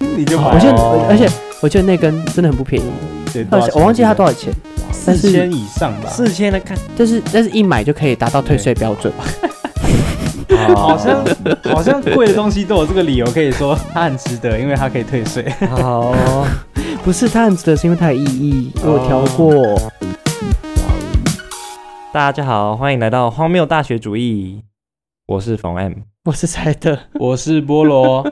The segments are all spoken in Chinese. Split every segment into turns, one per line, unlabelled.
你就买
我
了。
觉得
哦，
而且我觉得那根真的很不便宜，
对
而且我忘记它多少钱，但
四
是
千以上吧，
四千的看，
但是但是一买就可以达到退税标准。
好像好像贵的东西都有这个理由，可以说它很值得，因为它可以退税。
好，
不是它很值得，是因为它有意义，因为我调过。
大家好，欢迎来到荒谬大学主义，我是冯 M，
我是猜的，
我是菠萝，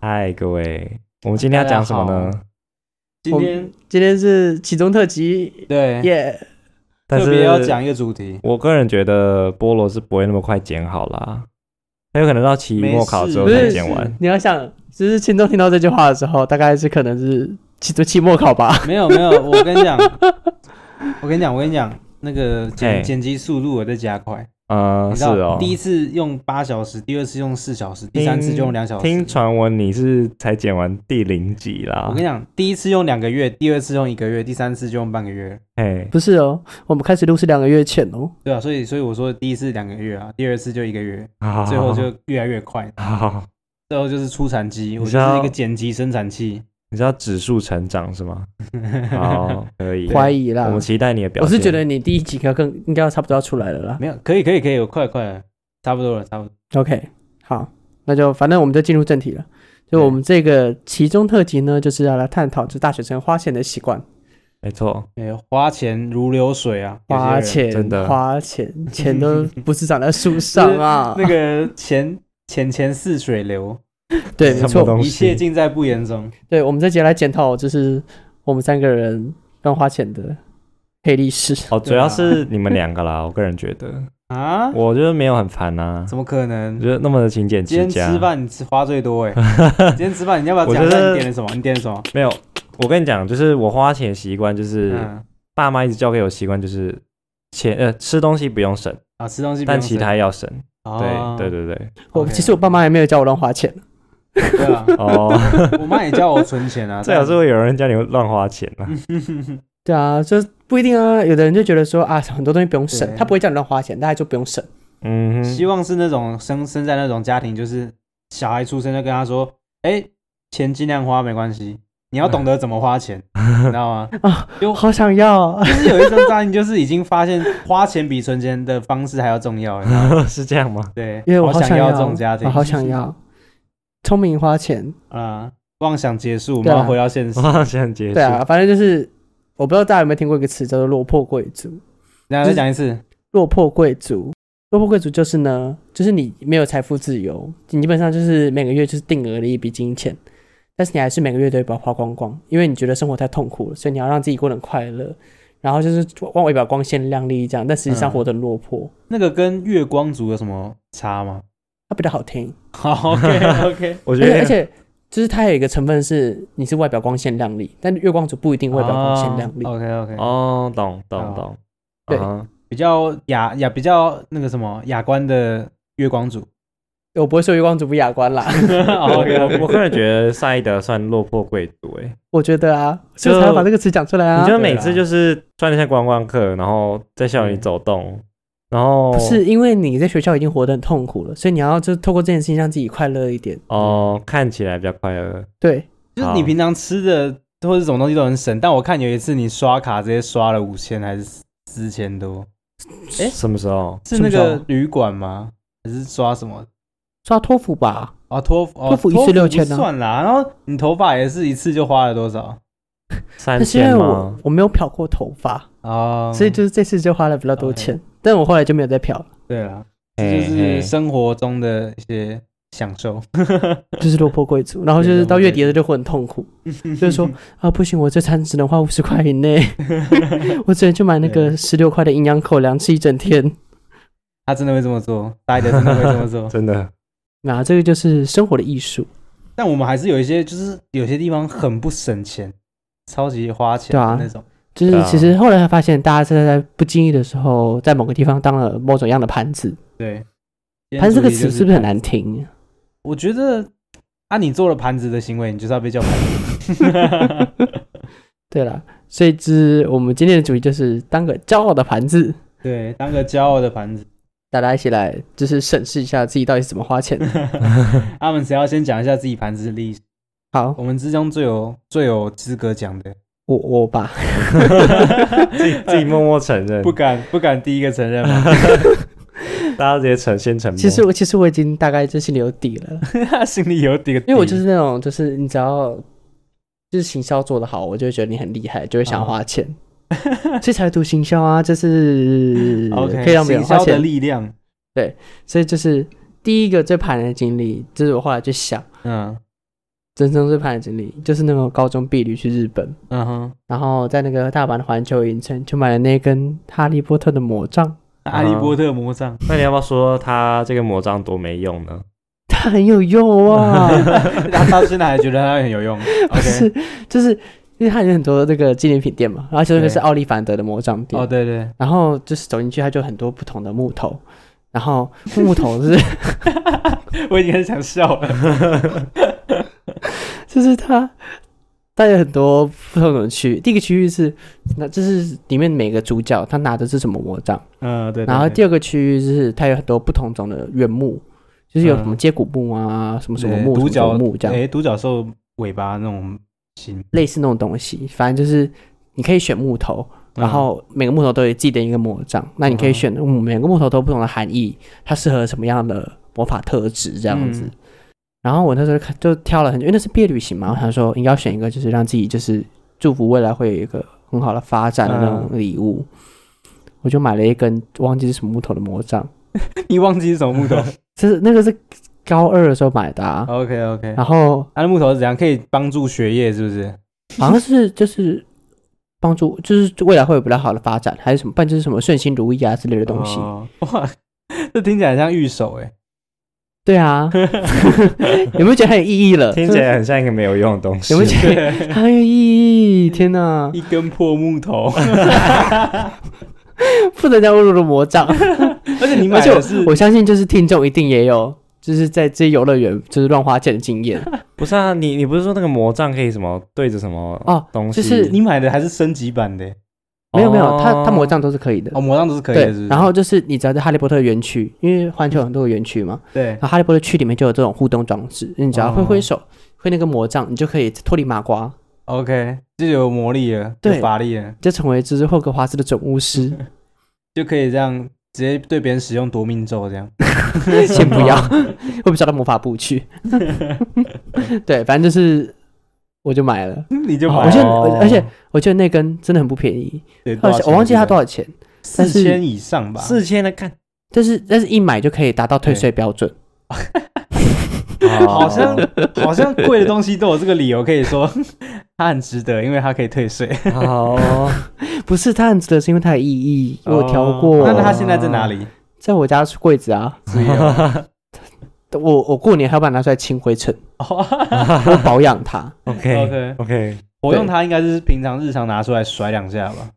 嗨各位，我们今天要讲什么
大
呢？
今天哎
今天是期中特辑，
对
耶、
但
特
是
别要讲一个主题，
我个人觉得菠萝是不会那么快剪好啦，很有可能到期末考之后
没事
才剪完。
你要想，就是听众听到这句话的时候，大概是可能是期就期末考吧。
没有没有，我跟你讲，我跟你讲，我跟你讲，那个
嘿
剪剪辑速度我在加快，
嗯，
你知
是
道
哦。
第一次用八小时，第二次用四小时，第三次就用两小时。
听传闻你是才剪完第零集啦
我跟你？讲，第一次用两个月，第二次用一个月，第三次就用半个月，
哎，
不是哦，我们开始录是两个月前哦。
对啊，所以所以我说第一次两个月啊，第二次就一个月，
好
最后 就越来越快，
好。
最后就是出产机，我
知
就
道
是一个剪辑生产器。
你知道指数成长是吗？好，可以。
怀疑啦
我们，期待你的表
我
现。
是觉得你第一集应该更应该要差不多要出来了啦。
没有，可以可以可以，我快了快了，差不多了，差不多。
OK，好，那就反正我们就进入正题了。就我们这个其中特辑呢，就是要来探讨就大学生花钱的习惯，
没错，
哎、花钱如流水啊，有些人
花钱
真的
花钱，钱都不是长在树上
。
啊
那个钱钱钱似水流，
对，没
什么
错，
东
一切
西？
尽在不言中。
对，我们这节来检讨就是我们三个人乱花钱的黑历史。
哦，主要是你们两个啦。我个人觉得，
啊？
我觉得没有很烦呐，
怎么可能
我？觉得那么的勤俭
今
持
天
家。
吃饭你吃花最多 哎、今天吃饭你要不要
我
讲一
觉
下
得
你点了什么？你点了什么？
没有，我跟你讲，就是我花钱的习惯，就是、
嗯
爸妈一直教给我习惯，就是钱呃吃东西不用省，
啊，吃东西不用
但
省。
其他要省。
哦
对对对对，
我
OK
其实我爸妈也没有叫我乱花钱，
对啊，
哦，
我妈也叫我存钱啊。
最好是
但
会有人叫你乱花钱啊。
嗯
对啊，就是不一定啊。有的人就觉得说啊，很多东西不用省，
对
他不会叫你乱花钱，大家就不用省。
嗯哼，
希望是那种生生在那种家庭，就是小孩出生就跟他说，哎、钱尽量花没关系，你要懂得怎么花 钱，你知道吗？
我好想要，
就是有一种家庭，就是已经发现花钱比存钱的方式还要重要，你知 道吗
是这样吗？
对，
因为我好
想
想要
这种家庭，
我好想要聪明花钱。
啊！妄想结束，我
对
们
啊
要回到现实
我。好像结束。
对啊，反正就是我不知道大家有没有听过一个词叫做落魄贵族。
然后再讲一次，
落魄贵族，落魄贵族就是呢，就是你没有财富自由，你基本上就是每个月就是定额的一笔金钱，但是你还是每个月都会把它花光光，因为你觉得生活太痛苦了，所以你要让自己过得很快乐。然后就是外外表光鲜亮丽这样，但实际
嗯
上活得很落魄，
那个跟月光族有什么差 吗？
它比较好听。
好，OK OK，
我
而
觉
且而
得
且就是它有一个成分是你是外表光鲜亮丽，但月光族不一定外表光鲜亮丽。
OK OK，
哦，懂懂
好
懂，
对
啊
比较雅雅，比较那个什么雅观的月光 族。哦
我不会说月光族不雅观啦，
我
OK
我
OK，
我个人觉得赛德算落魄贵族哎，
我觉得啊，所以我才要把这个词讲出来啊
你。就
对
每
啦
次就是穿得像观光客，然后在校园里
嗯
走动，然后
不是因为你在学校已经活得很痛苦了，所以你要就透过这件事情让自己快乐一点。
哦，看起来比较快乐，
对，
就是你
好
平常吃的或者什么东西都很省，但我看有一次你刷卡直接刷了五千还是四千多，诶
什么时候？
是那
什么
个
时候
旅馆吗？还是刷什么？
刷托福吧，
哦，托福哦
托福一次
不
6000啊
算啦。然后你头发也是一次就花了多少？
三
但是因为
千
我
吗？
我没有漂过头发，
哦，
所以就是这次就花了比较多钱，但我后来就没有再 漂了，
对了，这
嘿
就
嘿
是生活中的一些享受。
就是落魄贵族。然后就是到月底的时候就会很痛苦， 就是说啊不行，我这餐只能花五十块以内， 我只能去买那个十六块的营养口粮吃一整天。
他真的会这么做，大家真的会这么 做。
真的
那、啊这个就是生活的艺术，
但我们还是有一些，就是有些地方很不省钱，超级花钱
对啊
的那种。
就是
对啊
其实后来才发现，大家是在不经意的时候，在某个地方当了某种样的盘子。
对，今天
盘子这个
主题就
词是不是很难听？
我觉得，啊，你做了盘子的行为，你就是要被叫盘子。
对了，所以之我们今天的主题就是当个骄傲的盘子，
对，当个骄傲的盘子。
大家一起来就是审视一下自己到底是怎么花钱的。
啊他们只要先讲一下自己盘子的历史。
好，
我们之中最有最有资格讲的，
我我吧，
自己自己默默承认
不，敢不敢第一个承认嘛。
大家直接承先承认。
其实我其实我已经大概就心里有底 了，
心里有底，
因为我就是那种就是你只要就是行销做得好，我就会觉得你很厉害，就会想花钱，所以才读行销啊，就是
OK，
可以让
行
别人花
销的
钱。
力量，
所以就是第一个最盘的经历，就是我后来就想，
嗯
真正最盘的经历就是那个高中毕旅去日本，
嗯哼，
然后在那个大阪的环球影城就买了那根哈利波特的魔杖，
哈利波特魔杖，
那你要不要说他这个魔杖多没用呢？
它很有用 哦哇、
他到现在还觉得它很有 用。
不
OK，
是，就是因为它有很多那个纪念品店嘛，然后其中一个是
对
奥利凡德的魔杖店，
哦对对，
然后就是走进去，它就有很多不同的木头，然后木头是
我已经很想笑了。
就是它，它有很多不同的区域。第一个区域是，那这是里面每个主角他拿的是什么魔杖，
嗯对，对
然后
对
第二个区域就是它有很多不同种的原木，就是有什么
嗯
接骨木啊，什么什么
对
木、
独
什么什
角
么木这样，
哎，独角兽尾巴那种型，
类似那种东西。反正就是你可以选木头，然后每个木头都有自己的一个魔杖，那你可以选嗯每个木头都有不同的含义，它适合什么样的魔法特质这样子。
嗯
然后我那时候看就挑了很久，因为那是毕业旅行嘛，我想说应该要选一个就是让自己就是祝福未来会有一个很好的发展的那
嗯
种礼物。我就买了一根忘记是什么木头的魔杖，
嗯 你忘记是什么木头
这是那个是高二的时候买的、啊，
？OK OK，
然后
它的木头是怎样？可以帮助学业是不是？
好像是就是帮助，就是未来会有比较好的发展，还是什么，不然就是什么顺心如意啊之类的东西。
哦哇，这听起来很像玉手哎。
对啊，有没有觉得很有意义了？
听起来很像一个没有用的东西。
有没有觉得
对，
很有哎意义？天哪，
一根破木头，
不能再侮辱了魔杖。
而且你
而
买
且
的
我
是
我相信，就是听众一定也有，就是在这些游乐园就是乱花钱的 经验。
不是啊，你你不是说那个魔杖可以什么对着什么
哦
东西？
就是
你买的还是升级版的？
没有没有，他他
哦
魔杖都是可以的。
哦，魔杖都是可以的，
对
是不是，
然后就是你只要在哈利波特园区，因为环球有很多个园区嘛，
对
然，后哈利波特区里面就有这种互动装置，你只要挥挥手、挥那个魔杖，你就可以脱离麻瓜，
OK，就有魔力了，
对
有法力了，
就成为就是霍格华兹的总巫 师。
就可以这样直接对别人使用夺命咒这样。
先不要，会被抓到魔法部 去。对，反正就是我就买了，
你就
哦
买
我
了
现在
哦
而且我觉得那根真的很不便宜，
对
而且我忘记它多少钱，啊
四
但是
千以上吧？
四千的看，
但是但是一买就可以达到退税标准。
好像好像贵的东西都有这个理由可以说 它很值得，因为它可以退税。
好，
不是它很值得，是因为它有意义，我有调 过。
那它现在在哪里？
在我家是柜子啊，
注意哦
我我过年还要把它拿出来清灰 尘，
哦
我保养它。
OK
OK，
OK，
我用它应该是平常日常拿出来甩两下吧？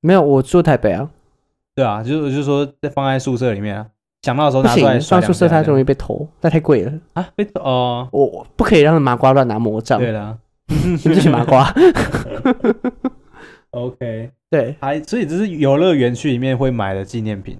没有，我住台北啊，
对啊，就是我就说在放在宿舍里面啊，想到的时候
不
拿出来
行，
甩
上
两
宿
下
舍
这
它
样。
容易被偷，那太贵了。
啊，被哦，
我我不可以让麻瓜乱拿魔杖，
对了
你们这群麻瓜。
，OK。
对，
还所以这是游乐园区里面会买的纪念品，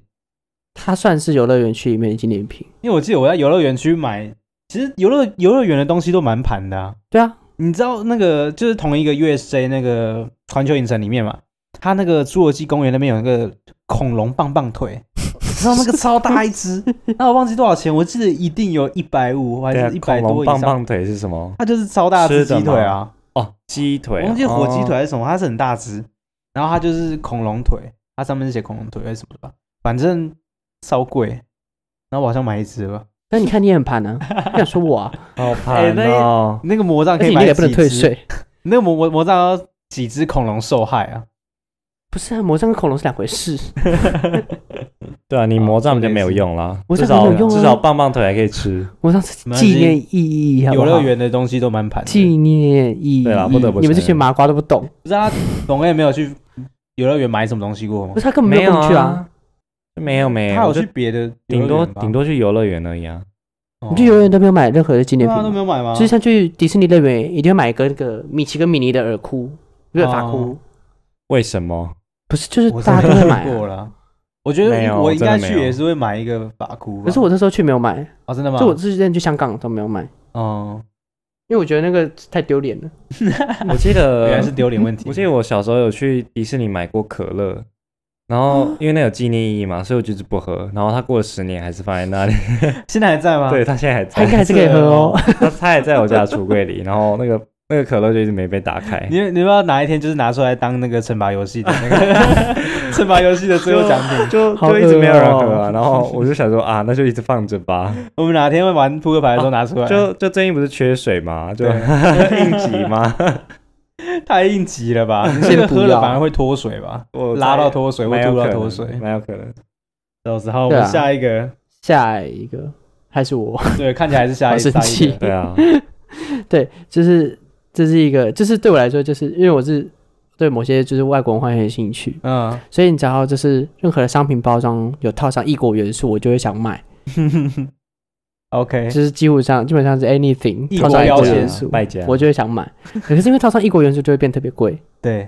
它算是游乐园区里面的纪念品。
因为我记得我在游乐园区买，其实游乐游乐园的东西都蛮盘的啊。
对啊，
你知道那个就是同一个 USJ 那个环球影城里面嘛，它那个侏罗纪公园那边有一个恐龙棒棒腿，你知 道那个超大一 只，那我忘记多少钱，我记得一定有一百五还
对啊
是一百
恐
多
龙
以上，
棒棒腿是什么？
它就是超大只
吃的
鸡腿啊。
哦，鸡
我
腿，
忘记火鸡腿
哦，
还是什么，它是很大只，然后它就是恐龙腿，它上面是写恐龙腿还是什么的吧，反正超贵。然后我好像买一只吧，
那你看你也很 盘啊，不想说我啊，
好
哎
盘
那
哦。
那个魔杖
而
可
且
以
你那
买
个
几
也
只，
不能退税。
那个魔魔魔杖要几只恐龙受害 啊？
不是啊，魔杖跟恐龙是两回事。
对啊，你
哦
魔杖比
这
较
个
没有
也是
用啦，
魔
至
杖
少
很有用啊
至少棒棒腿还可以吃。
魔杖是
没关系
纪念意义，好不
游
好
乐园的东西都蛮盘的，
纪念意义。
对啦不得不承认
你们这群麻瓜都不懂，
不是啊？董 A 没有去游乐园买什么东西过吗
不？是他根本没有
有
空去啊。，
没有没
他
有，
有
我就
去别的，
顶多顶
多，
多去游乐园而已啊。
哦
你去游乐园都没有买任何的纪
对
念
啊都
品
没
吗，
有买吗？
就像去迪士尼乐园一定要买一个那个米奇跟米妮的耳箍，不是发箍
哦，
为什么？
不是，就是
我真
大家
的
都会
去
买啊。
过了。我觉
没
得
有
我应该
真的
去
没有
也是会买一个法箍吧，
可是我那时候去没有买，
哦真的吗？
就我之前去香港都没有买。
哦，
因为我觉得那个太丢脸了。
我记
原来
得
是丢脸问题。
我记得我小时候有去迪士尼买过可乐，然后
哦
因为那有纪念意义嘛，所以我就一直不喝。然后它过了十年还是放在 那里，
现在还在吗？
对，，它现在还
它
在，
应该还是可以喝哦。
它它还在我家的橱柜里。然后那个那个可乐就一直没被打开。
你你不知道哪一天就是拿出来当那个惩罚游戏的那个惩罚游戏的最后奖品。
就
好
就一直没有人喝
饿
哦
啊，然后我就想说啊，那就一直放着吧。
我们哪天会玩扑克牌的时候拿出来，
啊就就最近不是缺水嘛，就
对
应急 嘛，
太应急了吧？
先
这个喝
不要
了反而会脱水吧？
我
拉到
猜
脱水或
蛮有
吐到
可
脱
能
水。
蛮有可能。
到时候我
对啊
们下一个，
下一个还是我，
对，看起来还是下
好
一
生
下一
气
个。
对啊，
对，就是这是一个，就是对我来说，就是因为我是对某些就是外国文化很有兴趣，
嗯，
所以你只要就是任何的商品包装有套上异国元素，我就会想买，
OK，
就是基本上基本上是 anything
异
套
国
上异
标
国
签
元
是
素，
败家，
我就会想买。可是因为套上异国元素就会变特别贵，
对，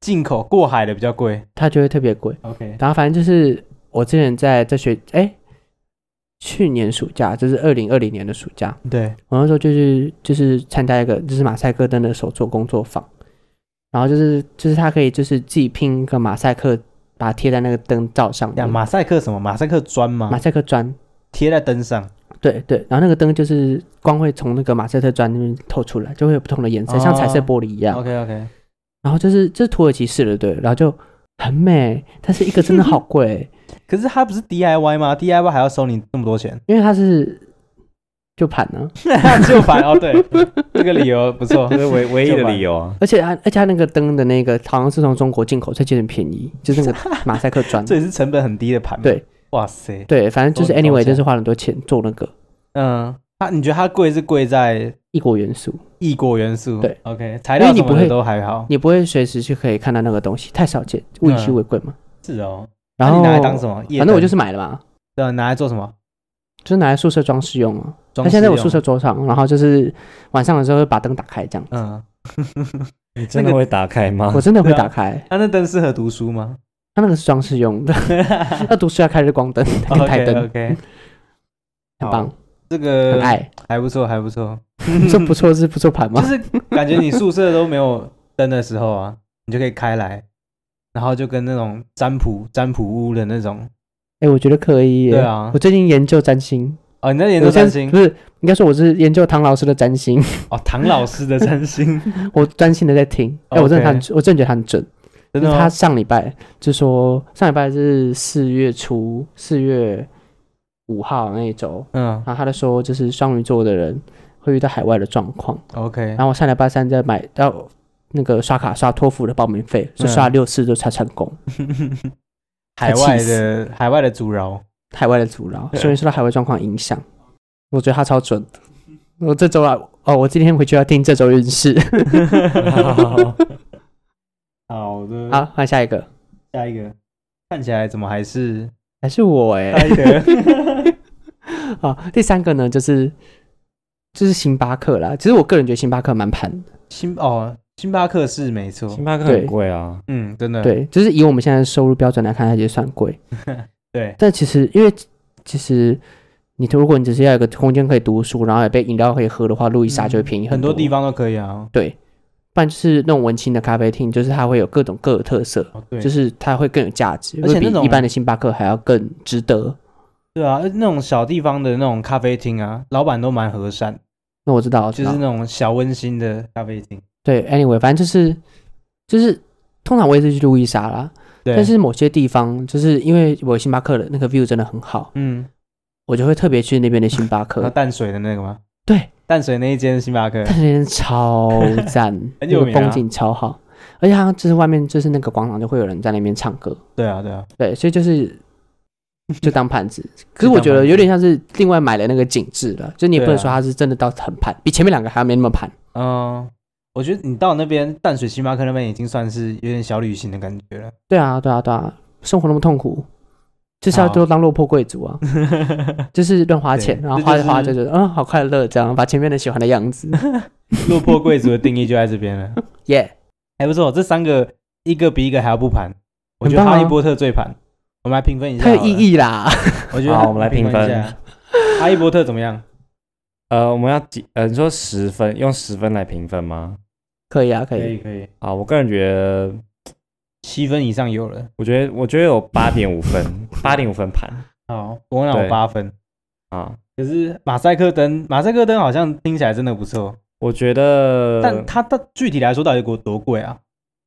进口过海的比较贵。
它就会特别贵。
OK，
然后反正就是我之前在在学，哎，去年暑假就是二零二零年的暑假，
对，
我那时候就是就是参加一个就是马赛克灯的手作工作坊，然后就是就是他可以就是自己拼一个马赛克，把它贴在那个灯罩上
呀，
面，
马啊赛克什么？马赛克砖吗
马？赛克砖，
贴在灯上。
对对，然后那个灯就是光会从那个马赛克砖那边透出来，就会有不同的颜色，像彩色
哦
玻璃一样。
OK OK，
然后就是这是土耳其式的，对，然后就很美，但是一个真的好贵，
可是它不是 DIY 吗？DIY 还要收你那么多 钱，
因为它是就盘呢、
就烦哦。对，这个理由不错
这。是唯唯一
就
的
买
理由啊。
而且它而且它那个灯的那个好像是从中国进口，所以其实很便宜，就是那个马赛克 砖。
啊这也哦是成本很低的盘。
对，
哇塞，
对，反正就是
都很高
anyway
价
就是花了很多钱做那个
嗯，它你觉得它贵是贵在
异国元素，
异国元素？
对
，OK，材料
因为
什
你
么
不
的
会
都还好。
你不会随时去可以看到那个东西，太少见，物以稀
嗯
为贵嘛。
是哦，那
然后
你拿来当什么？反
反正我就是买了嘛，
对啊，拿来做什么？
就是拿来宿舍装饰用啊。
装
它现在在我
饰
宿舍桌上，然后就是晚上的时候会把灯打开这样。
用。嗯，
你真的会打开吗
我？真的会
对啊
打开，
它那灯适合读书吗？
它那个是装饰用的， 那读书要开日光 灯跟台
OK
灯，
OK，
很棒，
这
很
个
爱。
还不错，还不错。
你说不错是不错盘
就
吗？
是感觉你宿舍都没有灯的时候啊，你就可以开来，然后就跟那种占卜占卜屋的那种
哎，我觉得可以耶。
对啊
我最近研究占星，
哦，你在研
我
究
现
占
在
星
不是应该说我是研究唐老师的占星，
哦，唐老师的占星，
我专心的在听。哎，我真的很，我真的觉得他很准。
真
就
的
是他
吗？
上礼拜就说，上礼拜是四月初，四月五号那一周，
嗯
然后他就说，就是双鱼座的人会遇到海外的状况。
，OK，
然后我上礼拜三在买到那个刷卡刷托福的报名费，就刷了六次就才成功。
嗯海
他气
外
死
的海外的阻 挠，
海外的阻挠，
对
所以受到海外状况影响，我觉得他超准的。我这周啊，哦，我今天回去要听这周运势。
好的，
好，换下一个，
下一个，看起来怎么还是欸
还是我哎、
下一个？
好，第三个呢，就是就是星巴克啦。其实我个人觉得星巴克蛮盘的，
星哦，星巴克是没错，
星巴克
对
很贵啊，
嗯，真的，
对，就是以我们现在的收入标准来看，它也算贵。
对，
但其实因为其实你如果你只是要有一个空间可以读书，然后有杯饮料可以喝的话，路易莎就会便宜
嗯很
多
多地。方都可以啊，
不然就是那种文青的咖啡厅，就是它会有各种各的特色，
哦对，
就是它会更有价值，
而且
会比
那种
一般的星巴克还要更值得。
对啊，那种小地方的那种咖啡厅啊，老板都蛮和善，
那我知道，我知
就
道
是那种小温馨的咖啡厅。
对，anyway，反正就是就是，通常我也是去路易莎啦，
对，
但是某些地方，就是因为我星巴克的那个 view 真的很好，
嗯，
我就会特别去那边的星 巴
然后
克。
淡水的那个吗？
对，
淡水那一间星巴克
但，是那边超赞，
很
那
有
个
名啊
风景超好，而且它就是外面就是那个广场就会有人在那边唱歌，
对啊，对啊，
对，所以就是就当 盘子。可是
就
我
当
觉得
盘
有点像是另外买了那个景致了，就你也不
对
能
啊
说它是真的到很盘，比前面两个还没那么盘。
嗯、我觉得你到那边淡水星巴克那边已经算是有点小旅行的感觉 了。
对啊，对啊，对啊，生活那么痛苦，就是要
好
多当落魄贵族啊，就是乱花钱，
对
然后
这
花
就
着花着
是
就嗯好快乐，这样把前面的喜欢的样子，
落魄贵族的定义就在这边 了，
耶、
还不错。这三个一个比一个还要不盘，我觉得
很
《
棒啊
哈利波特》最盘。我们来 评分一下，
太有意。义啦！
我觉得
好我们来
评
评分
一下，《哈利波特》怎么样？
呃，我们要几？呃，你说十分，用十分来评分吗？
可以啊，可
可
以。
以可以，
啊，我个人觉得，
七分以上有了。
我觉得，我觉得有八点五分，八点五分盘
好，我拿我
对
八分。
啊。
可是马赛克灯，马赛克灯好像听起来真的不错，
我觉
呃
得，
但它的具体来说到底有多贵啊？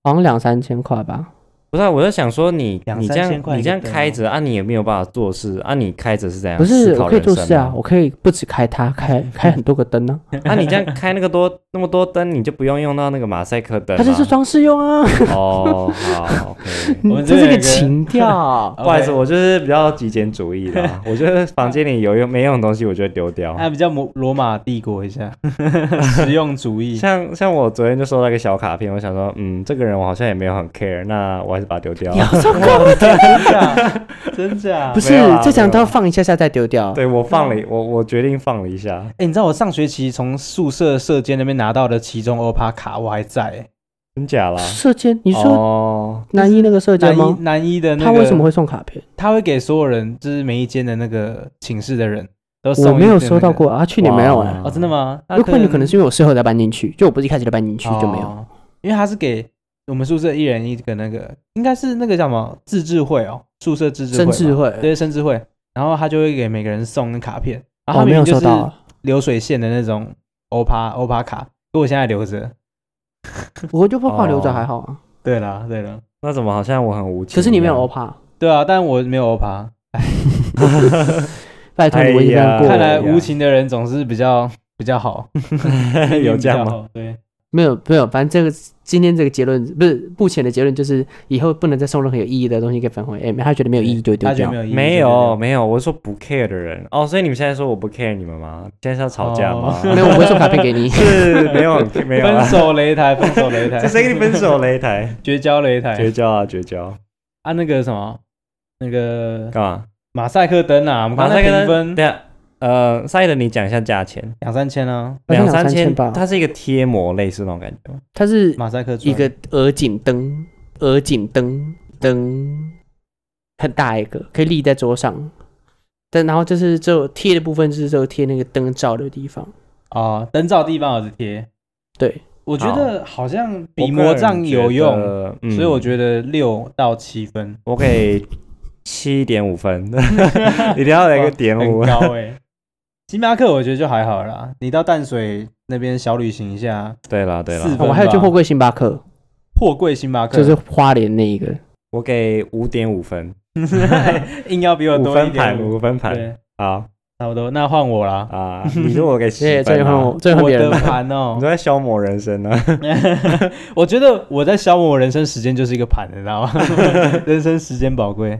好像两三千块吧。
不是啊、我在想说你
两
你
三
这样
千块
你这样
一个灯
开着啊，你也没有办法做事啊，你开着是怎样？
不是
思，考
我可以
人
做
生
事啊
吗，
我可以不止开它，开开很多个灯呢、
啊，你这样开那个多那么多灯，你就不用用到那个马赛克
啊。
灯
它
了。
就是装饰用啊，
哦，好，OK。
我 们
这
这
是
边有
个
一个
情调。
不好意思，
OK
我就是比较极简主义的啊，我觉得房间里有用没用的东西，我就会丢掉。
哎
它比较罗罗马帝国一 下，实用主义。
像像我昨天就收到一个小卡片，我想说，嗯，这个人我好像也没有很 care，那我还是把它丢掉
你。要说够，
真 假？真假？
不是
没有啦
这张
没有
都要放一下下再丢掉。
对我放了一，我我决定放了一下。
哎、你知道我上学期从宿舍舍监那边拿到的其中欧帕卡，我还在、欸。
真假啦？
射箭，你说
哦，
男一那个射箭
男
吗
一？男一的那个，
他为什么会送卡片？
他会给所有人，就是每一间的那个寝室的人都送、
我没有收到过。啊，去年没有
哇
哎。
哦，真的吗？他
有可能可能是因为我事后才搬进去，就我不是一开始就搬进去就没有。
哦因为他是给我们宿舍一人一个那个，应该是那个叫什么自治会哦，宿舍自治会
生
吧，
智慧，
对生智会，然后他就会给每个人送那卡片，然后他
我
哦
哦没
明
有
明就
收
是
到。啊
流水线的那种欧帕欧帕卡，可我现在留着。
我就不怕留着
哦
还好啊。
对啦，对啦，
那怎么好像我很无情？
可是你没有欧，帕，
对啊，但我没有欧帕，
拜托你我已经
哎呀
看过
看
了，
来
对呀
无情的人总是比较比较好，
有这样吗？
吗？对，
没有没有，反正这个今天这个结论不是目前的结论，就是以后不能再送任何有意义的东西给粉红 M，他觉得没有意义就会丢
他觉得
掉
没。有意义，
没
就
有
丢掉
没有，我说不 care 的人哦，所以你们现在说我不 care 你们吗？现在是要吵架吗？。
哦
没有，我不会送卡片给你
是没有没有
分
啊，
手擂台，分手擂
这
台，
谁跟你分手 擂台？
绝交擂台
绝交啊绝交！
啊！那个什么，那个
干嘛？
马赛克灯啊，我们刚才评分
对啊，呃，赛德，你讲一下价钱，
两三千啊，
好像两三
三
千吧
它是一个贴膜类似那种感觉吗。
它是
马赛克
一个鹅颈灯，鹅颈灯灯很大一个，可以立在桌上。但然后就是只有贴的部分，就是只有贴那个灯罩的地方。
哦，灯罩地方我是贴，
对，
我觉得好像比魔杖有
我
用，
个人觉得，嗯
所以我觉得六到七 分
我给七点 五分，一定要来个点
很
五。
高哎。星巴克我觉得就还好啦，你到淡水那边小旅行一下，
对了对
四
了，
分
哦我还有去
吧
货柜星巴克，
货柜星巴克
就是花莲那一个。
我给五点五分，
哎硬要比我
五
多一
分
点
盘，，五分盘，
对，
好
差不多。那换我啦，
啊！你说我 给
谢谢，
十
这一
分
换
啊，
我，这一换
我
别人
的
吧。
盘哦
你都，在消磨人生呢。
我觉得我在消磨我人生时间就是一个盘，你知 道吗？人生时间宝贵，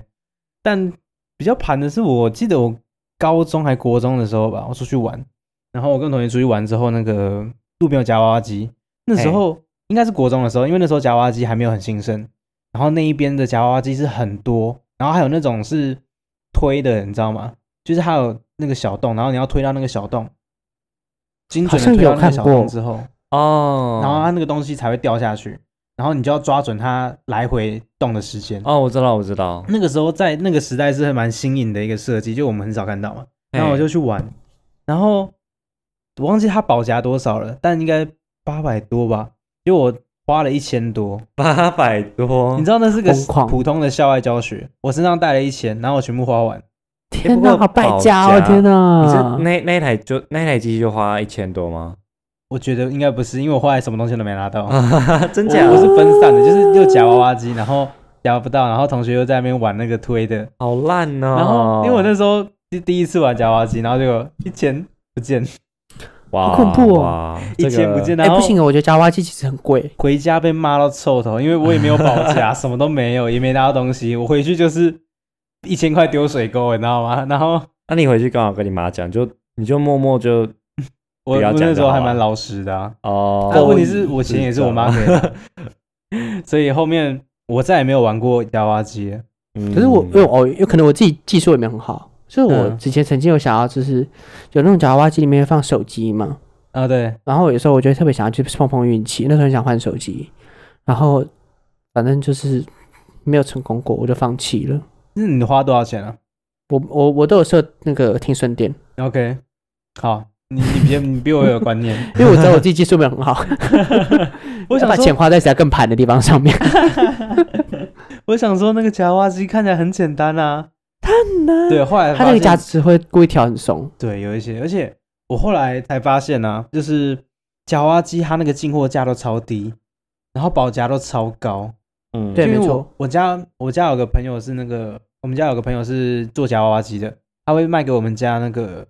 但比较盘的是，我记得我高中还国中的时候吧，我出去玩，然后我跟同学出去玩之后，那个路边有夹娃娃机，那时候应该是国中的时候，因为那时候夹娃娃机还没有很兴盛，然后那一边的夹娃娃机是很多，然后还有那种是推的，你知道吗？就是它有那个小洞，然后你要推到那个小洞，精准
好
的
像
推到那
有
个
看
小
过
洞之后。
哦
然后啊它那个东西才会掉下去，然后你就要抓准它来回动的时间。
哦，我知道我知道，
那个时候在那个时代是蛮新颖的一个设计，就我们很少看到嘛。然后我就去玩，然后我忘记它保夹多少了，但应该八百多吧，就我花了一千多。
八百多，
你知道那是个
疯狂
普通的校外教学，我身上带了一千，然后我全部花完。
天
不过
哪，好败
保
家哦！
夹
天
你是
哪，哎
那那一台就那一台机器就花一千多吗？
我觉得应该不是，因为我后来什么东西都没拿到。
啊，真
我我是分散的，就是又夹娃娃机，然后夹不到，然后同学又在那边玩那个推的，
好烂哦！
然后因为我那时候第第一次玩夹娃娃机，然后结果一千不见，
哇
好恐怖哦
哇
一千不见，
这个
然
哎，
后
不行啊，我觉得夹娃娃机其实很贵。
回家被骂到臭头，因为我也没有保夹，什么都没有，也没拿到东西，我回去就是一千块丢水沟，你知道吗？ 然后
那你回去刚好跟你妈讲，就你就默默就
我
不要
我
讲
那
就
时候
好
还
了
蛮老实的啊，
哦。
但问题是我钱也是我妈给的，所以后面我再也没有玩过夹娃娃机了。
嗯
可是我因为哦，有可能我自己技术也没有很好，所以我
嗯
之前曾经有想要，就是有那种夹娃娃机里面会放手机嘛，
啊，对，
然后有时候我就会特别想要去碰碰运气，那时候很想换手机，然后反正就是没有成功过，我就放弃了。
那你花多少钱啊
我我我都有设那个听损点，
？OK，好，你你比你比我有观 念，
因为我知道我自己技术没有很好，
我
要
想
把
说
钱花在只要更盘的地方 上面。
我想说那个夹娃娃机看起来很简单啊， 对，后来
他
发
那个
现
价值会故意调很松，
对有一些，而且我后来才发现啊，就是夹娃娃机它那个进货价都超低，然后保价都超高，
嗯，
对
因为
没
我
错
我家我家有个朋友是那个，我们家有个朋友是做夹娃娃机的，他会卖给我们家那个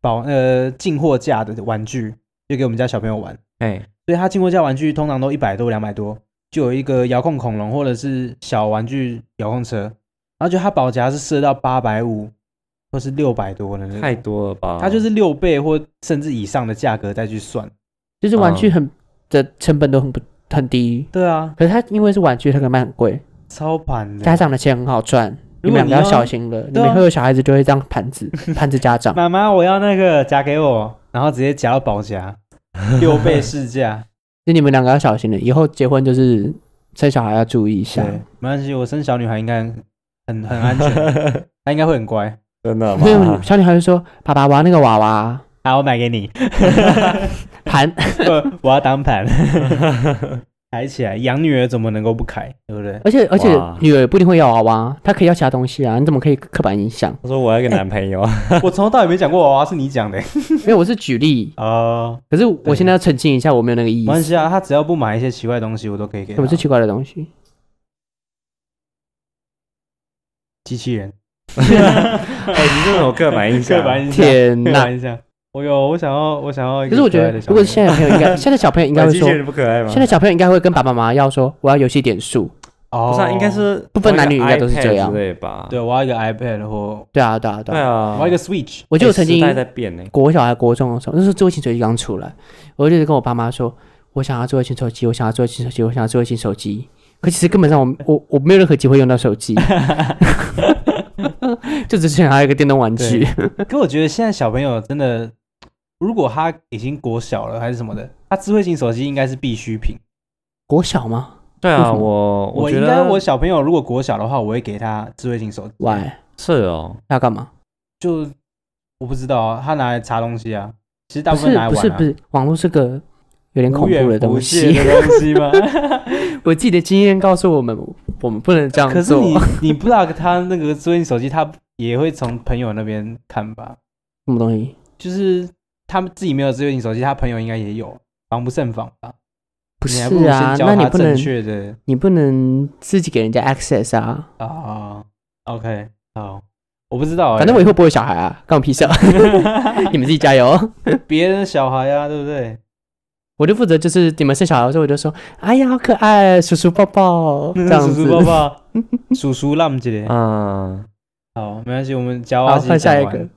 保呃进货价的玩具，就给我们家小朋友玩。
哎，
所以它进货价玩具通常都一百多、两百多，就有一个遥控恐龙或者是小玩具遥控车，然后就它保夹是设到八百五或是六百多的那
太
种，
多了吧？
它就是六倍或甚至以上的价格再去算。
就是玩具
嗯
很的成本都很不很低，
对啊，
可是它因为是玩具，它可能卖很贵，
超盘的。
家长的钱很好赚，
如
你们
果
两
你
个要
要
小心了，你
对啊
们会有小孩子就会这样盘 子盘子家长。
妈妈，我要那个夹给我，然后直接夹到保 夹，六倍市 价。
就你们两个要小心了，以后结婚就是生小孩要注意一下
对。，没关系，我生小女孩应该很很很安全， 她应该会很乖。
真的
没有
吗？
小女孩就说：“爸爸，我要那个娃 娃
好，我买给你，
盘。
我我要当盘，抬起来。养女儿怎么能够不开，对不对”？
而且而且
哇？
女儿不一定会要娃娃，她可以要其他东西啊，你怎么可以刻板印象
他说我要一个男朋友，
我从头到尾没讲过娃娃，是你讲的。
因为我是举例，
哦，
可是我现在要澄清一下，我没有那个意
没关
思。
系啊，他只要不买一些奇怪的东西，我都可以给
什
他
么。是奇怪的东 西？
机器人，
哎，你这种刻板印象
刻，板印象，
天
刻
啊
哪！
板印象。我有，我想要，我想要一
可
个
是我觉
可爱
得
的，小
如果
女
现在小朋友应
啊
该，现在小朋友应该会
机
说
器，人不可爱吗？
现在小朋友应该会跟爸爸妈妈要说，我要游戏点数。
孩哦，
不是啊，应该是
不分男女应该都是这样
对吧？
对，我要一个 iPad 或
对啊，对啊，对
对
啊。
啊，
哦我要一个 Switch。
我记得我
哎
曾
时
经
代在变呢，
国小还国中的时候，那时候智慧型手机刚出来，我就一直跟我爸妈说，我想要智慧型手机，我想要智慧型手机，我想要智慧型手机。可其实根本上我我我没有任何机会用到手机， 就只是想要一个电动玩具。
可我觉得现在小朋友真的，如果他已经国小了还是什么的，他智慧型手机应该是必需品。
国小吗
对
为什
啊，
么
我
我
觉
应该
得
我小朋友如果国小的话，我会给他智慧型手机。
？Why？
是哦，
要干嘛？
就我不知道啊，他拿来查东西啊。其实大
不
部分
是
拿来
不
玩
是
啊，
不是，网络是个有点恐
无远
怖的
弗
东
届
西。
的东西吗？
我自己的经验告诉我们，我们不能这 样
可是
做。
你你不知道他那个智慧型手机，他也会从朋友那边看吧？
什么东西？
就是他们自己没有智慧型手机，他朋友应该也有，防不胜防吧？
不
你
是
还不如先，
啊
教
那你
他
不
正
能
确的
你不能自己给人家 access 啊。
啊。OK，好，我不知道欸，
反正我以后不会有小孩啊，关我屁事 啊！你们自己加油。
别人的小孩啊，对不对？
我就负责就是你们生小孩的时候，我就说，哎呀，好可爱，叔叔抱嗯抱这样
叔
子。啊
叔爸 爸，叔叔浪姐，
嗯，
好，没关系，我们夹娃
好，
娃机
换下
讲
一
完
个，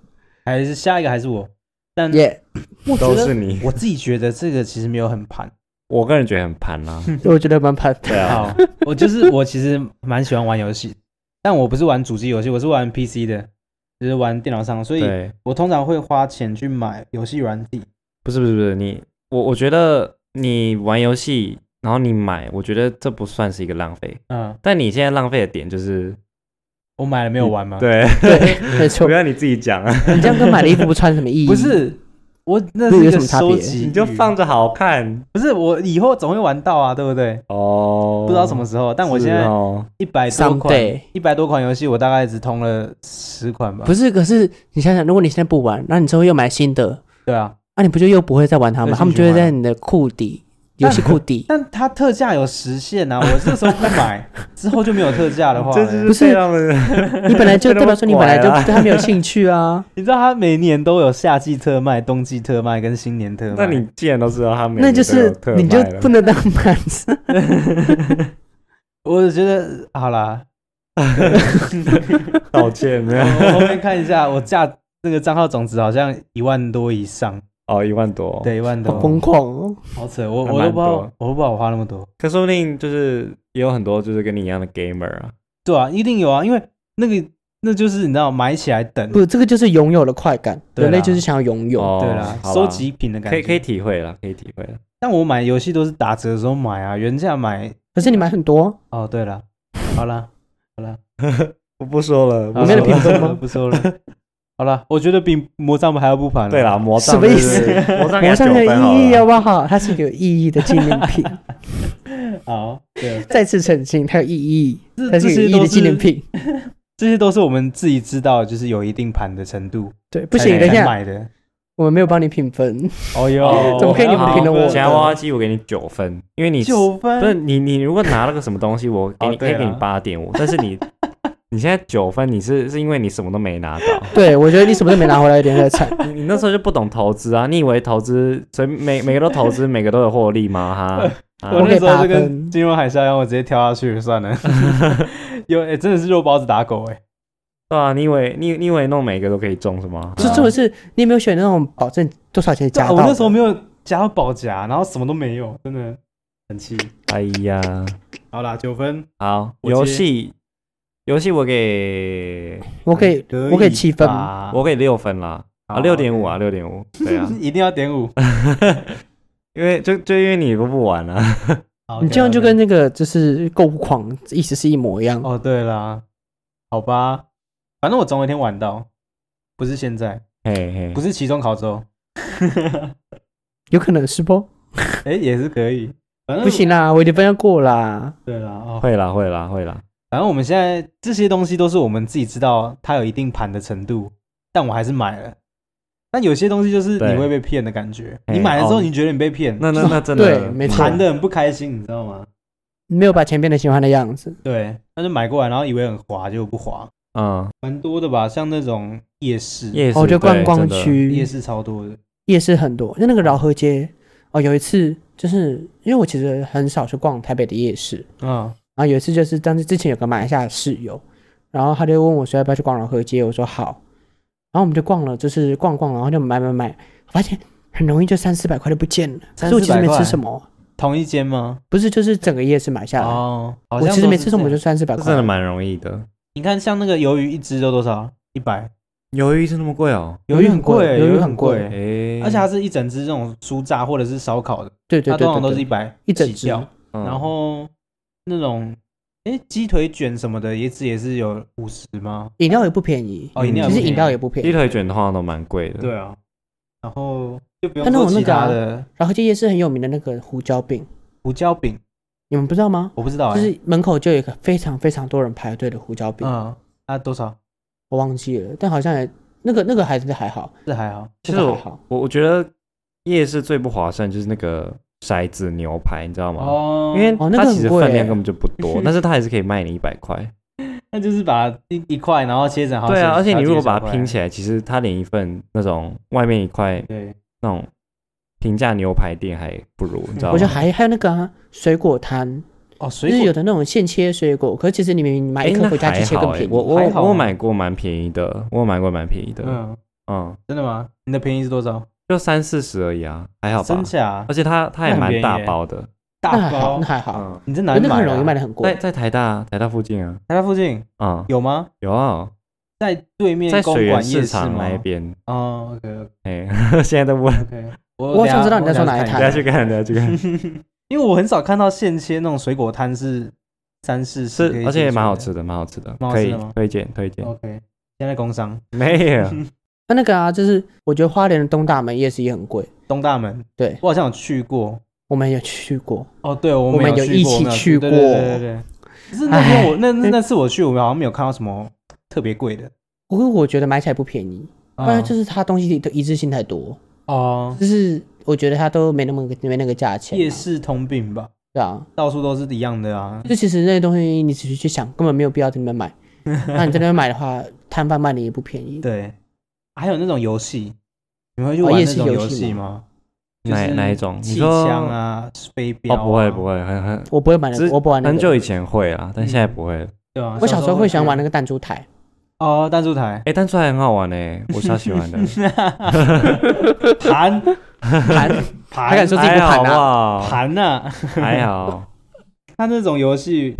还是下一个还是我？但
耶、
我觉
都是
得
你，
我自己觉得这个其实没有很盘。
我个人觉得很盘啊啦，
我觉得蛮怕的。
对啊，
好，我就是我其实蛮喜欢玩游戏，但我不是玩主机游戏，我是玩 PC 的，就是玩电脑上，所以
对，
我通常会花钱去买游戏软体。
不是不是不是你，我我觉得你玩游戏，然后你买，我觉得这不算是一个浪费，
嗯，
但你现在浪费的点就是，
我买了没有玩吗？，
对，
对，没错
不，要你自己 讲啊，
你这样跟买了衣服不穿什么意义？
不，是我那
那
是
有
一
什
个
么差别
收集欲，
你就放着好看
不是我以后总会玩到啊，对不对？
哦，
不知道什么时候，但我
是
现在
哦，
一百多款
Someday
一百多款游戏，我大概只通了十款吧
不。是，可是你想想，如果你现在不玩，那你之后又买新的，
对啊，
那、你不就又不会再玩它
恶
们？
性
他们就会
循环啊
在你的库 底，游戏库底。
但它特价有时限啊，我这时候不买，之后就没有特价的话哎
这
呢，
就
不是
被他们，
你本来就
被
代
他们
表说你本来就
拐了
对 它没有兴趣啊，
你知道它每年都有夏季特卖、冬季特卖跟新年特卖，
那你既然都知道他们，
那就是你就不能当盘子。
我觉得好啦，
道歉
我
没有？
我后面看一下，我价那个账号总值好像一万多以上，
哦，一万多，，
对，一万
好
多，
疯狂哦！
好扯，我
还
我都
蛮
不知
多
道，我都不知道我花那么多，
可说不定就是也有很多就是跟你一样的 gamer 啊，
对啊，一定有啊，因为那个那就是你知道买起来等，
不，这个就是拥有的快感，
对
人类
啦
就是想要拥有。
哦
对啦，
好吧
收集品的感
可
觉，
以可以。体会了，可以体会了。
但我买游戏都是打折的时候买啊，原价买，
可是你买很多，
哦，对了，好啦，
我不说了，
好啦
没有
不
啊
评
说
分
了
吗
不说了。好了，我觉得比魔杖还要不凡了。
对啦，，魔杖
什么意
思？魔杖
魔
给他
杖
九
很
分好
有意义
了
好不好？它是一个有意义的纪念 品。
好，对，
再次澄清，它有意义，它
这这
是
些
有意义
都
的纪念
是
品。
这些都是我们自己知道，就是有一定盘的程度
对，不
才
行，
能
等一下，
买的。
我们没有帮你评分。
哦哟，
啊
哦
怎么可以你们评论我
现在挖挖机，我给你九分，因为你
九
不是
分？
你你如果拿了个什么东西，我 给你
哦
可以
对啊
给你八点五，但是你 你现在九分，你是是因为你什么都没拿到，
对，我觉得你什么都没拿回来， 有点太惨。
你你那时候就不懂投资啊，你以为投资所以每每个都投资，每个都有获利吗？哈，啊
我那时候就
我给八
跟
分
金融海啸一样，我直接跳下去了算了。有哎，真的是肉包子打狗哎。
对啊，你以为你你以为弄每个都可以中是吗？
就重点是，你有没有选那种保证多少钱
对
夹
啊
到
我
的？
那时候没有夹到保夹，然后什么都没有，真的很气。
哎呀，
好啦，九分，
好，
我接
游戏游戏我给
我可以，我可以七分。
吧
我给六分啦，啊
好
六点五啊六点五，对啊，
一定要点五。
因为就就因为你都不玩啊了、
好
你这样就跟那个就是购物狂意思是一模一样。
哦，对啦，好吧，反正我总有一天玩到，不是现在，
嘿嘿
不，是期中考之后，
有可能是不？
哎，也是可以，反正
不，行啦，我的分要过啦。
对啦，哦，
会啦会啦会啦，
反正我们现在这些东西都是我们自己知道它有一定盘的程度，但我还是买了。但有些东西就是
对
你会被骗的感觉，
哎
你买了之后
哦
你觉得你被骗，
那那那真的
对，没错
盘，的很不开心，你知道吗？
没有把钱变得喜欢的样子。
对，那就买过来，然后以为很滑，结果不滑，
嗯，
蛮多的吧，像那种夜市，
夜市
哦，就观光，
对真的
夜
区、
市超多的，
夜市很多，就那
嗯
个饶河街。哦，有一次就是因为我其实很少去逛台北的夜市，
嗯，
然后有一次就是当时之前有个马来西亚的室友，然后他就问我说要不要去逛饶河街，我说好，然后我们就逛了，就是逛逛，然后就买买买，我发现很容易就三四百块就不见了，
啊
所以我其实没吃什么，
同一间吗？
不是就是整个夜市买下来，
哦，好
啊我
像
其实
都
没
是
吃什么
这
就
样
三四百
这
块，
真的蛮容易的。
你看，像那个鱿鱼一只都多少？一百。
鱿鱼是那么贵哦？
鱿
鱼
鱼
很
很
贵，
贵鱿鱼很贵
哎、
贵，而且它是一整只这种酥炸或者是烧烤的，
对嗯对
它
对
通常
对
都是一
对
百
一整只，
嗯
然后那种哎鸡腿卷什么的，一只也是有五十吗？
饮料也不便宜，
哦，
嗯
饮料
其
也
实
不
饮
便
料
宜
也不便
鸡
宜，
腿卷通常都蛮贵的。
对啊，然后就不
它
用
那
说
种那
其
个啊
他的
然后这夜市很有名的那个胡椒饼，
胡椒饼，
你们不知道吗？
我不知道
就
哎，
是门口就有一个非常非常多人排队的胡椒饼，
嗯，啊多少？
我忘记了，但好像也那个那个还是还好，
这还好，
其
这
实
个
我
还好。
我我觉得夜市最不划算就是那个骰子牛排，你知道吗？
哦
因为
哦那
它
个很
其实
贵
分量
欸
根本就不多，但是它还是可以卖你一百块。
那就是把一一块然后切成好几
对
小块，
啊，而且你如果把它拼
来，
起来，其实它连一份那种外面一块
对，
那种平价牛排店还不如，你知道吗？
我觉得还还有那个、啊、水果摊，
哦
就
水
是
果
有的那种现切水果，可是其实你明明买
哎
一颗
那
回家
还
去切
好
更
哎
便宜。
我我
还好
我
吗
买过蛮便宜的，我有买过蛮便宜的，嗯
嗯，真的吗？你的便宜是多少？
就三四十而已啊，还好吧
真。假
而且它它
那
也
很
蛮
便宜
大
耶
包的，
那还
大
好，
包
那，还好，
嗯，
你在哪
那
里
个
买
很
啊？
容易卖的很
在
贵。
在台大台大附近啊，
台大附近
啊、
有吗？
有啊，
在对面
在
公
水源
馆夜
市
市
场
吗
那一？边，
哦，OK
哎、现在都不，
OK，我
我
等
想
下
知道你在说哪一
我等下
摊
大
看
家去看，大家去看，
因为我很少看到现切那种水果摊是三四十可以
是
进去的，
而且也蛮好吃的，蛮好吃的，
蛮好
可
吃
以
的吗哦
推荐推荐，
OK，现在工商
没有，
那那个啊，就是我觉得花莲的东大门夜市也很贵，
东大门，
对
我好像有去过。
我们也去过。
哦，对，我
我们
有
有
去
一
过
起
我们有
去
对对对
过
对对。可是那天我那那那次我去，我们好像没有看到什么特别贵的，
不过我觉得买起来不便宜，
嗯
不然就是是它东西的一致性太多，
哦，
就是我觉得它都没那么没那个价钱、啊。
夜市通病吧，
对啊，
到处都是一样的啊。
就其实那些东西你仔细去想，根本没有必要在那边 买。那你在那边买的话，摊贩卖的也不便宜。
对，还有那种游戏，你们会去
哦
玩
夜
那
市
种
游
游
戏
戏
吗
吗？就
哪
是
哪一种？你
气
说
枪？啊，飞镖
哦，
啊、
不会不会，很很
我不会买那
只
个，我不玩那个。
很久以前会啦，但现在不会了。
对啊，
我小时候会喜欢玩那
个
个弹珠 台，
哦，弹珠台，
哎、但出来很好玩呢、我超喜 欢的。
盘
盘
盘
还敢说自己不
还好
盘啊？
吧，
盘呐，
还好。
啊他那种游戏，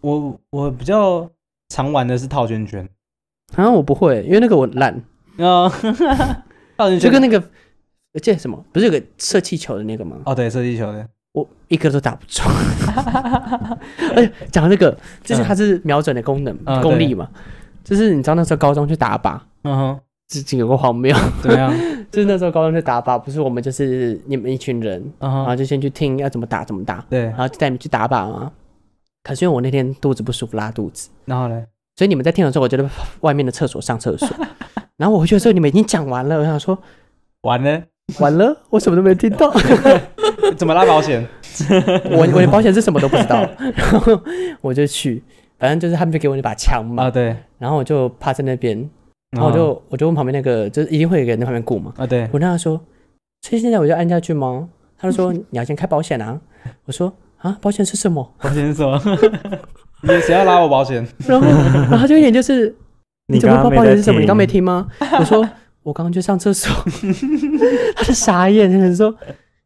我我比较常玩的是套圈圈，
好啊像我不会，因为那个我懒，
啊， 套圈圈
就跟那个这什么，不是有个射气球的那个吗？
哦对，射击球的，
我一个都打不 中。而且讲到这个，
嗯
就是它是瞄准的功能
嗯
啊
功力嘛，就是你知道那时候高中去打靶，
嗯哼，
这这有个荒谬，
怎么样？
就是那时候高中就打靶，不是我们就是你们一群人，
啊
然后
哈，
就先去听要怎么打怎么打，
对
然，后就带你们去打靶嘛。可是因为我那天肚子不舒服，拉肚子，
然后嘞，
所以你们在听的时候，我就在外面的厕所上厕所。然后我回去的时候，你们已经讲完了，我想说
完了，
完了，我什么都没听到，
怎么拉保险？
我我的保险是什么都不知道。 然后我就去，反正就是他们就给我一把枪嘛，
啊，对，嗯
然后我就趴在那边，然后我哦就、我就问旁边那个，就是一定会有一个人在旁边顾嘛，
啊，对，
我跟他说，所以现在我就按下去吗？他就说你要先开保险啊。我说啊，保险是什么？
保险是什么？ 你谁要拉我保险？
然后然后他就一脸就是你怎么
刚
不知道保
刚没
险
在
是什么？你刚没
听，
听吗？我说我刚刚去上厕所，他就傻眼，他就说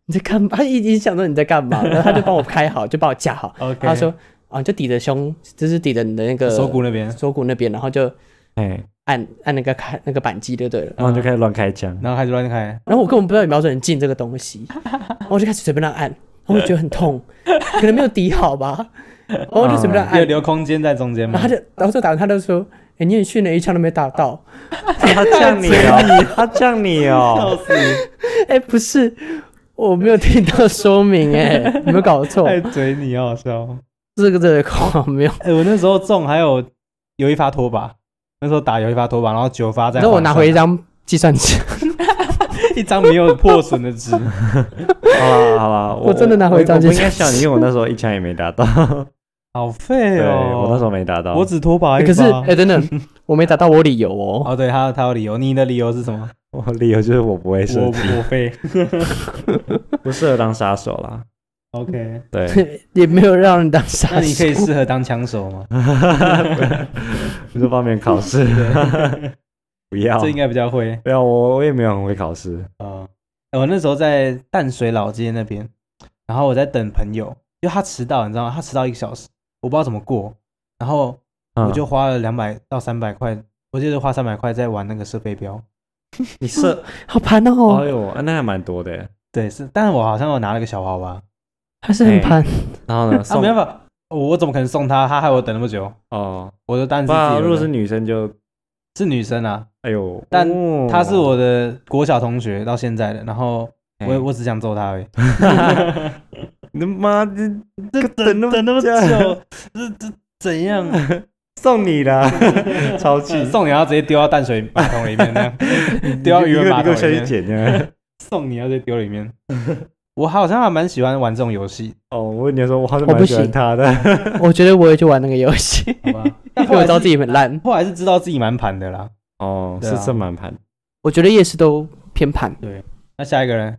你在干嘛？他一一想到你在干嘛，然后他就帮我开好，就帮我架好。
OK
他说啊，你就抵着胸，就是抵着你的那个
手骨那边，
锁骨那边，然后就
哎，
按按那个开那个扳机就对了。
然后就开始乱开枪，
然后开始乱开，
然后我根本不知道有瞄准镜这个东西，然后我就开始随便乱按，然后我觉得很痛，可能没有抵好吧，然后我就随便乱
嗯
按
有，留空间在中间
然
吗
后他？就，然后就打完他就说，哎、你很逊的，一枪都没打到，
他降你哦， 他降你 哦，
哎、不是，我没有听到说明、哎，有没有搞错？
爱嘴你，好好笑。
这个这啊个荒谬。
哎，我那时候中还有有一发拖把，那时候打有一发拖把，然后九发在。
然后我拿回一张计算纸，
一张没有破损的纸，
好啦好啦，
我真的拿回一张
我
戒
不
指
应该笑你，因为我那时候一枪也没打到，
好废
对
哦！
我那时候没打到，
我只拖把一
可是
发
哎、等等，我没打到我理由哦。
哦，对他他有理由，你的理由是什么？
我理由就是我不会射
我
击，
我废。
不适合当杀手啦，
OK，
对，
也没有让人当傻
那你可以
手
适合当枪手吗？
你说方便考试， 不要
这应该比较会。
不要，我我也没有很会考试，
啊、我那时候在淡水老街那边，然后我在等朋友，因为他迟到，你知道吗？他迟到一个小时，我不知道怎么过，然后
嗯
我就花了两百到三百块，我记得花三百块在玩那个射飞镖。
你射，
好盘
哎
哦，
呦，啊那还蛮多的耶，
对，是，但是我好像有拿了个小娃娃，
还是很
哎
盘。
然后 呢，
啊，
送
没办法，我怎么可能送他？他害我等那么久，
哦，
我就单
不
是自
然
己
如果是
是
女生就，
是女生啊，
哎呦，
但
哦
她是我的国小同学到现在的，然后
哎
我我只想揍她 而已。
你他妈这这等那么
等那么久，这这怎 样？
送你 啦，超气，
送你要直接丢到淡水马桶里面那样。
你
丢到
你
渔人
给我
码
你给我
头
下
里
去
面
捡呀！
送你要在丢里面。我好像还蛮喜欢玩这种游戏，
哦，我跟你说，我好像
我不
蛮喜欢
行
他的，
我觉得我也去玩那个游戏，
好 吧？
因为我知道自己很烂。
后来是知道自己蛮盘的啦。
哦，
对
是
啊
正满盘，
我觉得夜市都偏盘。
那下一个人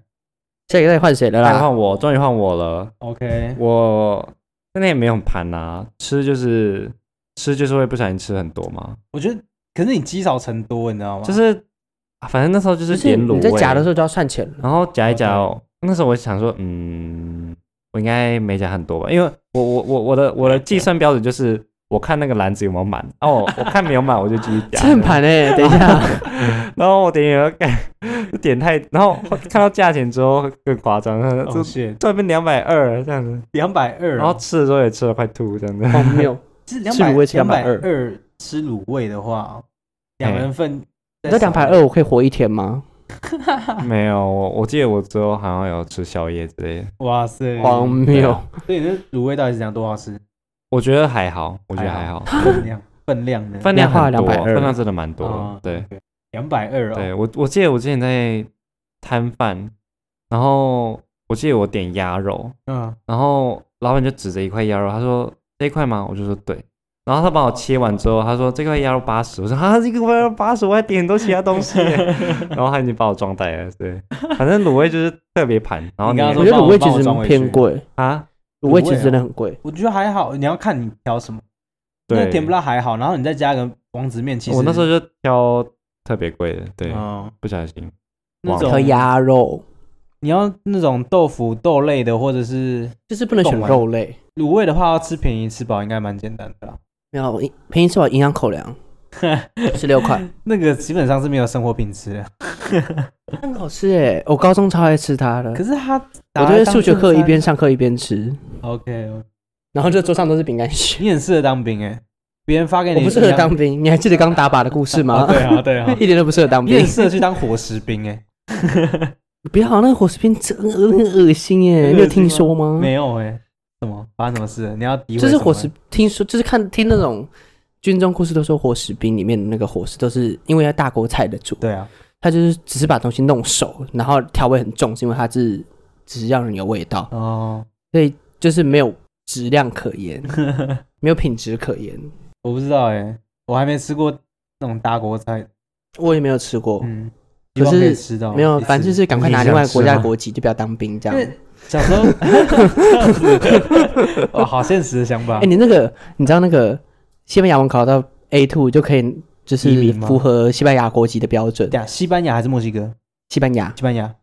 下一个到底换谁了
来
啦？
换我，终于换我了，
，OK，
我那天也没有很盘啊，吃就是吃就是会不小心吃很多嘛，
我觉得可是你积少成多，你知道吗？
就是啊反正那时候就
就是是
点卤
你在夹的时
候，
候就要算钱了。
然后夹一夹哦，那时候我想说，嗯，我应该没夹很多吧，因为我我我我的我的计算标准就是我看那个篮子有没有满，哦，我看没有满我就继续 夹，
正盘哎、等一下，
然后我点也要干， 点太，然后看到价钱之后更夸张，
哦
就
谢
这边两百二这样子，
两百
哦
二，
然后吃的时候也吃了快吐这样子。
荒谬！
是两
吃
百
卤味吃
两百
220
二吃卤味的话，两人份
你这两百二，我可以活一天吗？
没有，我我记得我之后好像有吃宵夜之类的，
哇塞！
荒
对
谬
啊！
所以那卤味到底是讲多少吃？
我觉得还好，我觉得还
还
好，
分量分量呢？
分量很
量
多，
化220
分量真的蛮多的
哦。
对，
两百二哦，
对我我记得我之前在摊贩，然后我记得我点鸭肉，
嗯，
然后老板就指着一块鸭肉，他说这一块吗？我就说对。然后他帮我切完之后，他说这块鸭肉八十，我说啊这个鸭肉八十，我还点很多其他东西 耶。然后他已经把我装呆了，对，反正卤味就是特别盘。然后
你刚刚
我
说
觉得
帮
卤
我
味其
帮我装
实
回
偏
去
贵，
啊，
卤味其实真的很贵。
我觉得还好，你要看你挑什么。那
对
个，甜不辣还好，然后你再加个王子面，其实
我那时候就挑特别贵的，对，
嗯，
不小心。
那
忘
种
了
和鸭肉
你要那种豆腐豆类的，或者是
就是不能选
懂了
肉类，
卤味的话，要吃便宜吃饱应该蛮简单的啦。
没有营便宜吃饱营养口 粮，十六块，
那个基本上是没有生活品 质的，
很好吃哎、我高中超爱吃它的
可，是它
我
打
都
来
是
当
数学
正
课一
餐
边上课一边吃，
OK，
然后这桌上都是饼干屑。
你很适合当兵哎、别人发给你，
我不适合当兵，你还记得刚打靶的故事
啊
吗？ ，
对啊，对啊
一点都不适合当
你
兵
很。适合去当伙食兵哎，
不要，那个伙食兵真的很恶心耶！你有听说吗？
没有哎，什么发生什么事了？你要诋毁
就是
什么
伙食，听说就是看听那种军中故事，都说伙食兵里面的那个伙食都是因为要大锅菜的煮，
对啊，
他就是只是把东西弄熟，然后调味很重，是因为它是只是让人有味道，
哦，
所以就是没有质量可言，没有品质可言。
我不知道哎，我还没吃过那种大锅菜，
我也没有吃过，
嗯，
可
希望
是
以吃到
没有，
一次
反正就是赶快拿
你
另
想
外
吃
国家
吗
的国籍，就不要当兵这样
因。为小 时候这样子，哇，好现实的想法
哎、，你那个你知道那个西班牙文考到 A two 就可以，就
移
是
民吗
符合西班牙国籍的标准。
对啊，西班牙还是墨西哥？
西班牙，
西班牙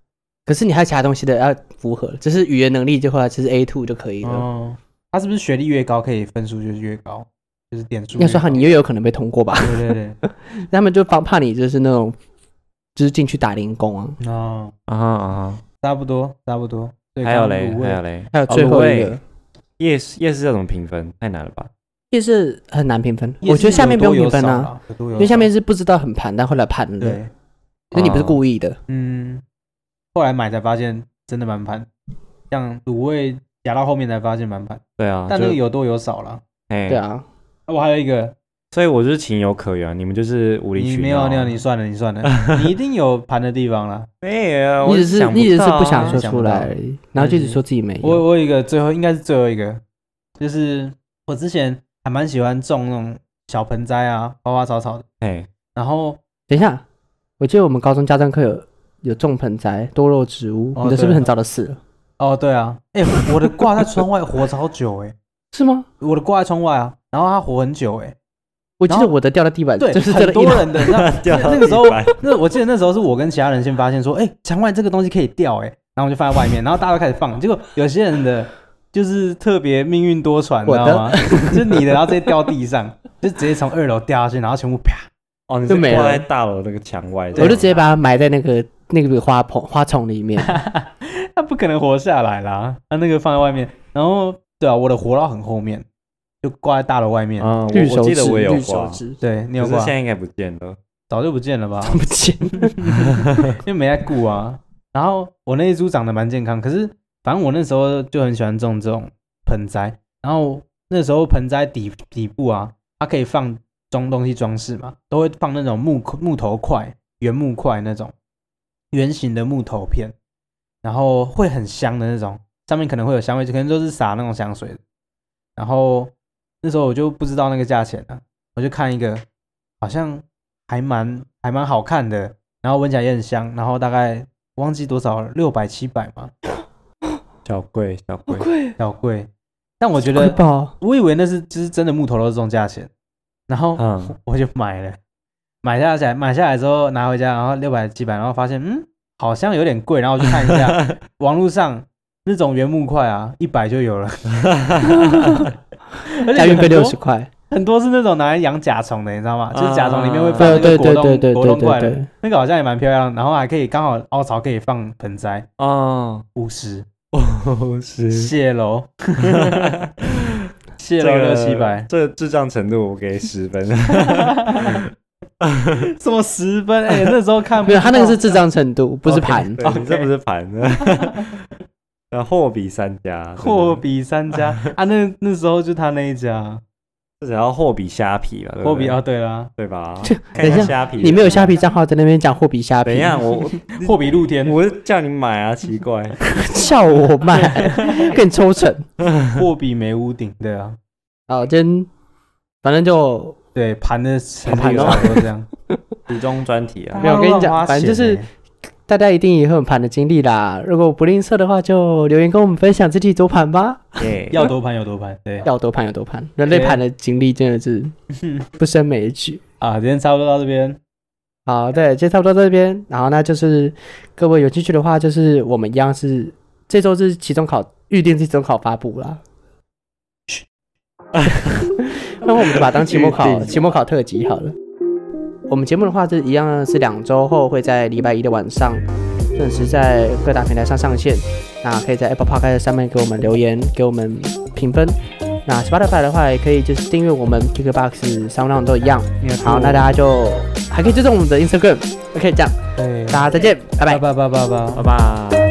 可是你还有其他东西的要符合，只是语言能力的话，其实 A two 就可以了。
哦，他是不是学历越高，可以分数就是越高，就是点数越高？
要说哈，你又有可能被通过吧？
对对
他们就怕怕你就是那种，就是进去打零工啊。
对，哦，
啊哈啊
差不多差不多。对
哈，还有
刚刚
嘞，
卤味
还有嘞，
还有最
哦
后
卤
一
味
个
夜市夜市要怎么评分？太难了吧？
也是很难评分，
也是
我觉得下面不用
有
评
多有
分
少
啊，
啦，有多有
因为下
少
面是不知道很盘，但后来盘了，
对，
那你不是
哦
故意的。
嗯，后来买才发现真的蛮盘，像卤味夹到后面才发现蛮盘，
对啊，
但那
就
个有多有少啦。
哎
对啊，
啊我还有一个，
所以我就是情有可原，你们就是无理
你
取
没
闹
啊
有，没有，你算了，你算了，你一定有盘的地方啦。
没有，啊
你
我
只是
想
你只是
到
不
啊
想说
啊想
出
不
来
到
而已，然后就一直
嗯
说自己没有。
我我有一个最后应该是最后一个，就是我之前还蛮喜欢种那种小盆栽啊，花花草草的。
哎，
然后
等一下，我记得我们高中家政课有有种盆栽、多肉植物，
哦
你的是不
对
是很早的死了？
哦，对啊，哎、我的挂在窗外活超久哎、
是吗？
我的挂在窗外啊，然后它活很久 哎、
我记
然
得
后
我的掉在地板，
对，
就是掉
很
在一
多
楼。
人的那那个时候，那我记得那时候是我跟其他人先发现说，哎、墙外这个东西可以掉哎、然后我就放在外面，然后大家都开始放，结果有些人的就是特别命运多舛，你
我
知
的
道吗？ 就是你的，然后直接掉地上，就直接从二楼掉下去，然后全部啪
哦，你
就是没
挂
了
在大楼那个墙外，
我就直接把它埋在那个那个花盆花丛 里面。
他不可能活下来啦，他那个放在外面，然后对啊，我的活到很后面，就挂在大楼外面。
啊，我
绿
我
手
记
指，
得我也有
绿
挂
手，指，
对你
可
有
是
挂
现，在应该不见了。
早就不见了吧？
看不见。
因为没在顾啊。然后我那一株长得蛮健康，可是反正我那时候就很喜欢种这种盆栽。然后那时候盆栽底底部啊，它可以放装东西装饰嘛，都会放那种木木头块、原木块那种圆形的木头片，然后会很香的那种，上面可能会有香味，可能都是撒那种香水的。然后那时候我就不知道那个价钱了、我就看一个好像还蛮还蛮好看的，然后闻起来也很香，然后大概忘记多少六百七百嘛，
小贵，小贵，
小贵。但我觉
快
得，
报！
我以为那是就是真的木头都是这种价钱，然后
嗯，
我就买了，买下来买下来之后拿回家，然后六百七百，然后发现嗯好像有点贵，然后我去看一 下网络上那种原木块啊，一百就有 了，而
加
且很
运费
多
六十块，
很多是那种拿来养甲虫的，你知道吗？就是甲虫里面会
啊
放那
对
个果
对对
冻
对对
果
对
冻
对
块的，
对，
那个好像也蛮漂亮，然后还可以刚好凹槽可以放盆栽，
哦，
五十，
哦是
谢喽，谢
这
喽六
个
七百，
这智障程度我给 十分。
什么十分？哎、那时候看
没有，他那个是
智
智障程度，不是
OK，
盘。
对你这不是盘 的，呃，货比三家，真的
货比三 家啊，那那时候就他那一家，
至少要货比虾皮吧，对不
货比
对
哦，对啦，
对吧？
啊等一
看
下
虾皮，嗯
你没有虾皮账号在那边讲货比虾
怎
皮，
样？我
货比露天，
我是叫你买啊，奇怪，
笑我 卖，跟你抽成。
货比没屋顶，对啊，
好，今天反正就
对盘的成
盘
绩
哦
差不多这样，
集中专题啊，
没有我跟你
大
讲
家都乱花
反正就是
钱欸
大家一定也会有盘的经历啦。如果不吝啬的话，就留言跟我们分享自己多盘吧。
耶，
要多盘有多盘，对
要多盘有多盘，人类
OK
盘的经历真的是 不胜枚举。
啊，今天差不多到这边，
好，对，就差不多到这边。然后那就是各位有兴趣的话，就是我们一样是这周是期中考，预定是期中考发布 啦。那我们就把它当期末
预
考、
定
期末考特辑好了。我们节目的话，就是一样是两周后会在礼拜一的晚上准时在各大平台上上线。那可以在 Apple Podcast 上面给我们留言，给我们评分，那 Spotify 的话，也可以就是订阅我们 KKBox、s o u n d 都一样。好，那
家
大家就还可以追踪我们的 Instagram。OK，这样
对，
大家再见，拜拜
拜。拜拜拜拜。
拜拜。